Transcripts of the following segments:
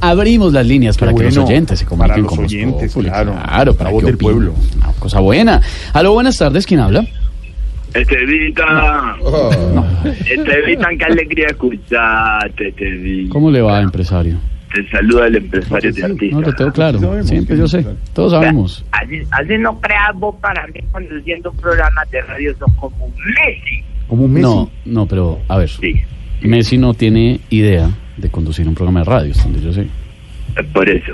abrimos las líneas para que los bueno, oyentes se para comuniquen los con Voz oyentes, Populi, claro. claro, para La voz que del opinen. pueblo. Una cosa buena. Aló, buenas tardes, ¿quién habla? Estevita, Estevita, qué alegría escucharte, Estevita. ¿Cómo le va, empresario? Te saluda el empresario de No, artistas. lo tengo claro. sabemos, Siempre sí, yo sé. claro. Todos sabemos. Así, así no creas vos para mí conduciendo programas de radio, sos como un Messi. Como un Messi. No, no, pero a ver. Sí, Messi no tiene idea de conducir un programa de radio, hasta donde yo sé. es por eso.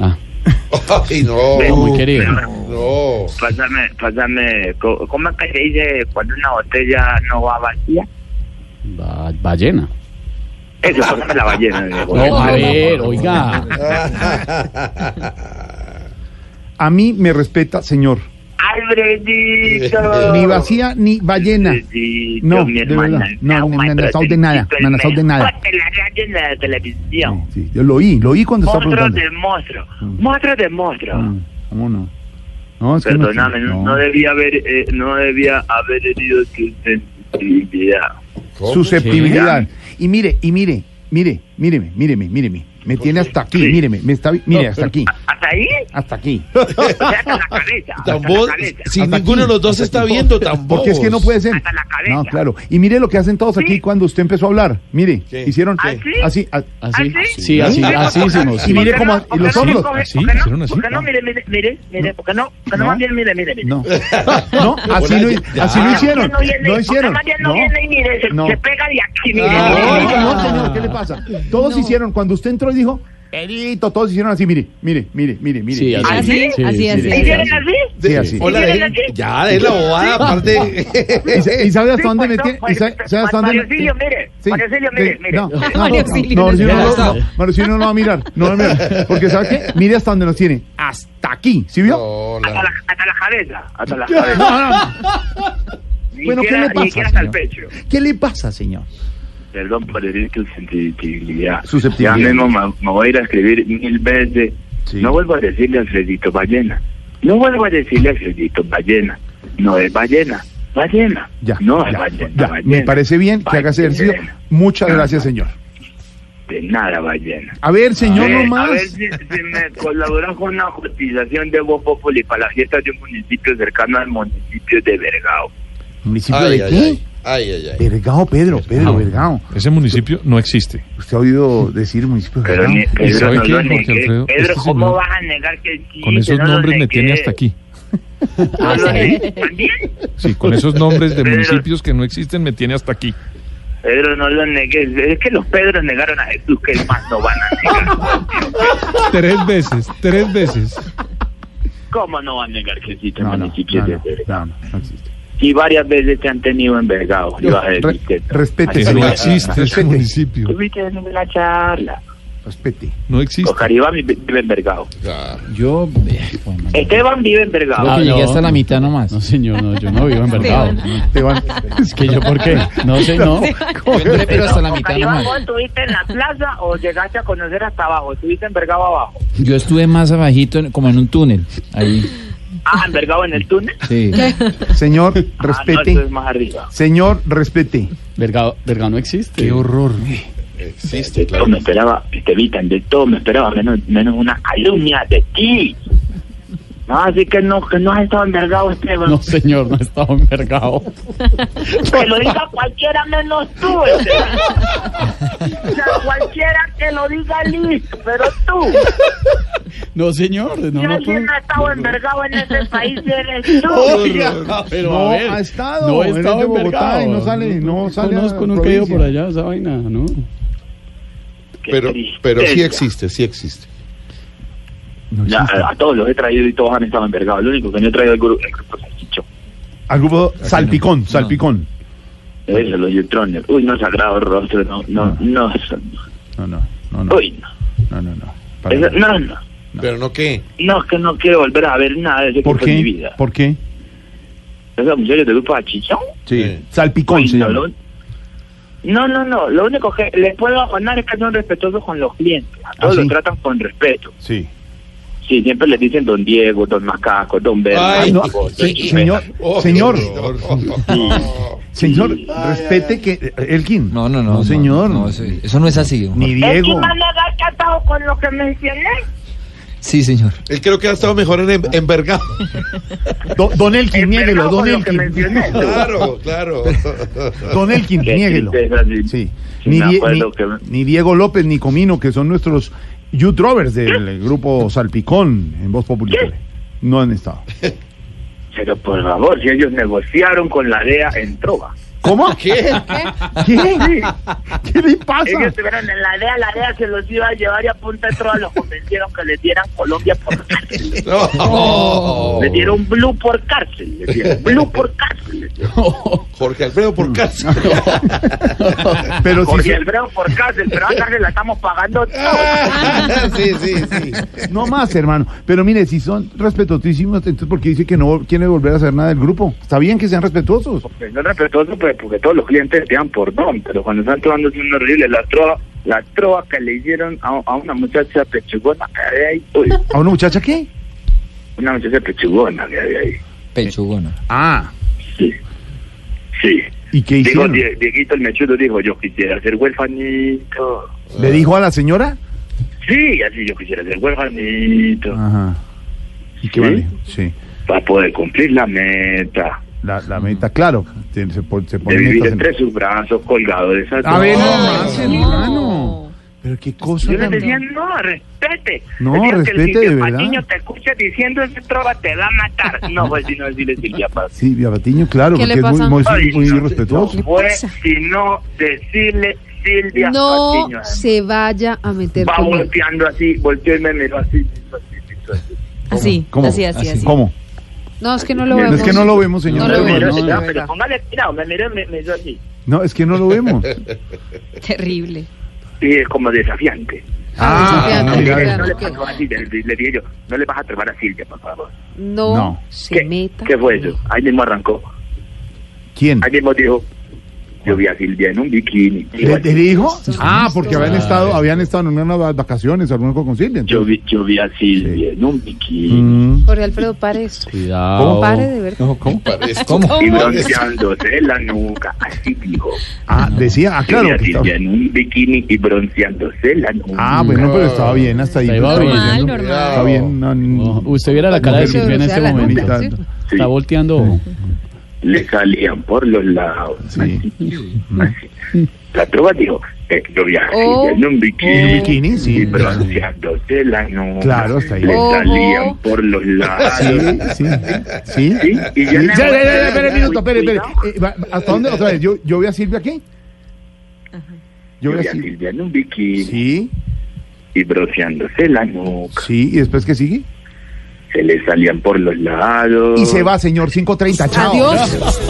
Ah, Ay, no. Ven, Oh, muy querido. No. Pásame, pásame, co- ¿cómo es que se dice cuando una botella no va vacía? Va, va llena. Eso, pásame la ballena. No, a ver, oiga. A mí me respeta, señor. ¡Albredito! Ni vacía ni ballena. Albredito, No, mi de hermana. verdad. No, Agua, no, no, no, no, de nada, no, no, no, de nada. Fuerte la radio en la televisión. Sí, yo lo oí, lo oí cuando estaba Monstruo preguntando. de monstruo. Monstruo de monstruo. Mm, ¿Cómo no? No, es que no- Perdóname, no, no. no debía haber, eh, no debía haber herido tu sensibilidad. Susceptibilidad. Y mire, y mire, mire, míreme, míreme, míreme. Me tiene hasta aquí, Sí. ah. míreme, me está, mire, hasta aquí, Hasta ahí, hasta aquí. hasta la cabeza. Hasta la Tampoco, cabeza. si Hasta ninguno de aquí, los dos hasta está aquí. viendo, tampoco. Porque es que no puede ser. Hasta la cabeza. No, claro. Y mire lo que hacen todos aquí cuando usted empezó a hablar. Mire, ¿Qué? hicieron ¿Así? así, a- Así. ¿Así? Sí, así, así hicimos. Y mire cómo- ¿Por qué y los no? hombros, ¿Por qué así, no? hicieron así, ¿Por qué no? ¿no? Mire, mire, mire, mire, ¿por qué no? ¿Por qué No. no más bien mire, mire, mire? no. No, así lo, así lo Ya. hicieron. No viene, No hicieron. Amalia no No. viene y mire, se, No. se pega de aquí, mire. No, Ah. Mire, mire. oiga, no, señor, ¿qué le pasa? Todos hicieron, cuando usted entró y dijo, Perito, todos hicieron así, mire, mire, mire, mire, mire. Sí, así. ¿Así? Sí, Así, sí, así. sí, ¿Hicieron sí. así? Sí, así. Hola, ¿Siguen de- así? Ah, ya, es la bobada, aparte. ¿Y, sa- y sabe hasta Sí, dónde pues, me tiene? no, y sa- pues, ¿Sabe hasta dónde Mario me Silio, mire, Mario Silio, mire, sí, mire. No, no, no, Mario no, Silio, no, Mario Silio ya no, está. no, Mario Silio no lo va a mirar, no lo va a mirar. Porque ¿sabe qué? Mire hasta dónde nos tiene. Hasta aquí, ¿sí vio? Hasta la, hasta la cabeza, hasta la No, cabeza. no, no. Ni Bueno, ¿qué siquiera- le pasa, Ni siquiera hasta el señor? pecho. ¿Qué le pasa, señor? Perdón por herir tu susceptibilidad. Susceptibilidad. Ya mismo me, me voy a ir a escribir mil veces. Sí. No vuelvo a decirle a Alfredito Ballena. No vuelvo a decirle a Alfredito Ballena. No es ballena. Ballena. Ya, no es ya, ballena. ya. ballena. Me parece bien que haga ese ejercicio. Ballena. Muchas gracias, señor. De nada, ballena. A ver, señor, Eh, nomás. A ver si, si me colaboras con una cotización de Voz Populi para las fiestas de un municipio cercano al municipio de Vergao. ¿Municipio Ay, de ay, qué? ay. Ay, ay, ay. Vergao, Pedro, Pedro, Vergao. Ese municipio no existe. ¿Usted ha oído decir municipio de Pero Vergao? ni, este Pedro, sabe no qué, lo Jorge negué. Alfredo? Pedro, Este ¿cómo señor, vas a negar que sí? Con esos No lo nombres me tiene negué. hasta aquí. ¿Ah, No lo negué. ¿También? Sí, con esos nombres de Pero- municipios que no existen me tiene hasta aquí. Pedro no lo negué. Es que los Pedros negaron a Jesús, que más no van a negar. Tres veces, tres veces. ¿Cómo no van a negar que existen No, no, municipios no, no, de no, Vergao? no, no existe. Y varias veces te han tenido envergado. Y vas a decir Re- que no. respete, Que no señor. existe ese Respete. municipio. Tuviste en la charla. Respete. No existe. Oscar Iván vive envergado. Ya. Yo eh, bueno, no. Esteban vive envergado. creo Ah, que llegué no, hasta la no. mitad nomás. No, señor, no, yo no vivo en Vergado. No. Esteban. Es que yo, ¿por qué? No sé, no. Yo entré, pero hasta la mitad Oscar Iván, nomás. ¿vos estuviste en la plaza o llegaste a conocer hasta abajo? ¿Estuviste envergado abajo? Yo estuve más abajito, en- como en un túnel. Ahí, Ah, envergado en el túnel. sí. Señor, Ah, no, eso es respete. más arriba. Señor, respete. Vergado, Vergado no existe. Qué horror. Existe, Yo claro. me esperaba, Estevitan, de todo me esperaba, menos, menos una calumnia de ti. No, así que no, que no has estado envergado, Esteban. No, señor, no estaba en Vergado. Que lo diga cualquiera menos tú, Esteban. O sea, cualquiera que lo diga listo, pero tú. No, señor, no, Si no alguien puedo. ha estado envergado en este país, eres tú. Oiga, pero No a ver, ha estado, no he él es de estado en Bogotá Vergado. y no sale- no sale a Conozco, nunca he ido provincia. por allá, esa vaina, ¿no? Qué Pero, pero sí tristeza. existe, sí existe. No Ya, eh, existe. a, a todos los he traído y todos han estado envergados. Lo único que no he traído es el gru- el grupo Salchicho. Al grupo Salpicón, Salpicón. Eso, los Yutrones. Uy, no, sagrado rostro, no, no, no. no. No, no, no, no. Uy, no. No, no, no. Para Eso- nada. no, no. Pero no qué. No, es que no quiero volver a ver nada de ese ¿Por equipo en mi qué? vida. ¿Por qué? ¿Esos muchachos del grupo Achichón? Sí. Salpicón, Uy, no, señor. lo- no, no, no. Lo único que les puedo abonar es que son respetuosos con los clientes. A todos ¿Ah, sí? los tratan con respeto. Sí. Sí, siempre les dicen don Diego, don Macaco, don Berna. Ay, No, don sí, Chimena. señor, Oh, señor, no, no, no, no. Señor, respete que. eh, Elkin. No, no, no. No, señor. no, eso, eso no es así. Juan. Ni ¿Es que Diego. van a dar catado con lo que mencioné? Sí, señor. Eh, Él creo que ha estado mejor en en- envergado. Do- don Elkin, niéguelo, Empezamos don con lo que Elkin. mencioné. Claro, claro. Don Elkin, Qué niéguelo. tristeza, Sí. sí. Sí, Ni, me Die- acuerdo ni- que- ni Diego López ni Comino, que son nuestros youth rovers del grupo Salpicón en Voz Popular. No han estado. Pero por favor, si ellos negociaron con la DEA en Trova. ¿Cómo? ¿Qué? ¿Qué? ¿Qué le pasa? Ellos este estuvieron en la DEA, la DEA se los iba a llevar y a punta de troa los convencieron que les dieran Colombia por cárcel. No. Oh. Les dieron Blue por cárcel. Les dieron Blue por cárcel. les dieron. Jorge Alfredo por cárcel. Pero si Jorge Alfredo por cárcel, pero a cárcel la estamos pagando todos. sí, sí, sí. No más, hermano. Pero mire, si son respetuosísimos, entonces porque dice que no quiere volver a hacer nada del grupo. Está bien que sean respetuosos. Pues no es respetuoso pues, porque todos los clientes te dan por don, pero cuando están trovando es un horrible. La trova, la trova que le hicieron a, a una muchacha pechugona que había ahí. Uy, ¿A una muchacha qué? una muchacha pechugona que había ahí. Pechugona. Ah, Sí. Sí. ¿y qué Dijo, hicieron? Die- Dieguito el mechudo dijo, yo quisiera ser huérfanito. ¿Le dijo a la señora? Sí, así yo quisiera ser huérfanito. Ajá. ¿Y qué ¿Sí? vale? Sí. Para poder cumplir la meta. La, la meta, claro. Se, se pon- se De ponen vivir estas en- entre sus brazos colgado de esa A ver, no trova. más, hermano. Pero qué cosa. Yo les tan- decía, no, respete. No, Decía que el respete, Silvia de verdad. Patiño te escucha diciendo ese trova te va a matar. No, pues si no decirle Silvia Paz. Sí, Viabatiño, claro, porque ¿Qué le es muy, pasa? muy, Ay, muy no, irrespetuoso. No fue sino decirle Silvia No Patiño. se vaya a meter Va conmigo. volteando así, volteó y me miró así. hizo así, hizo así. Así, ¿Cómo? así, así, así. ¿Cómo? No, es que no lo No, vemos. Es que no lo vemos, señor. No lo Me veo, miró así, no no, lo pero veo. póngale cuidado, me miró y me, me hizo así. No, es que no lo vemos. Terrible. Y es como desafiante. Ah, Ah, mira, claro, no le claro, pasó ok. así, le, le dije yo, no le vas a trabar a Silvia, por favor. No, No. se ¿Qué, meta. ¿Qué fue eso? Ahí mismo arrancó. ¿Quién? Ahí mismo dijo, yo vi a Silvia en un bikini. ¿Le, le dijo? Estos Ah, listos. porque habían estado, habían estado en unas vacaciones, algunos concilios. Yo vi, yo vi a Silvia en un bikini. Mm. Jorge Alfredo, pare eso. Ah, oh. Cuidado. Pare de ver. ¿Cómo? ¿Cómo? y bronceándose la nuca, así dijo. Ah, decía, ah, claro. Claro, que estaba- en un bikini y bronceándose la nuca. Ah, bueno, pero estaba bien hasta ahí. Ahí va Estaba bien. bien, Normal, ¿no? normal. Estaba bien. No, no, ni- usted viera la cara de No, Silvia en pero este sea la momento. nota, sí. Sí, Está volteando. ojo. le salían por los lados. Sí. así. La trova dijo, eh, yo vi a Silvia Oh. en un En bikini. un bikini, sí. Y bronceándose la nuca. Claro, hasta ahí. Le Ojo. oh. salían por los lados. Sí, sí, sí. Sí, y ya Ya, ya, le- ya, ya, espere un minuto, espere, espere. Cuidado. Eh, va- ¿Hasta dónde? Otra vez, yo, yo voy a Silvia aquí. Yo Yo voy a vi a Silvia. Silvia en un bikini Sí, y bronceándose la nuca. sí, y después que sigue. Se le salían por los lados. Y se va, señor, 5.30, chao. Adiós.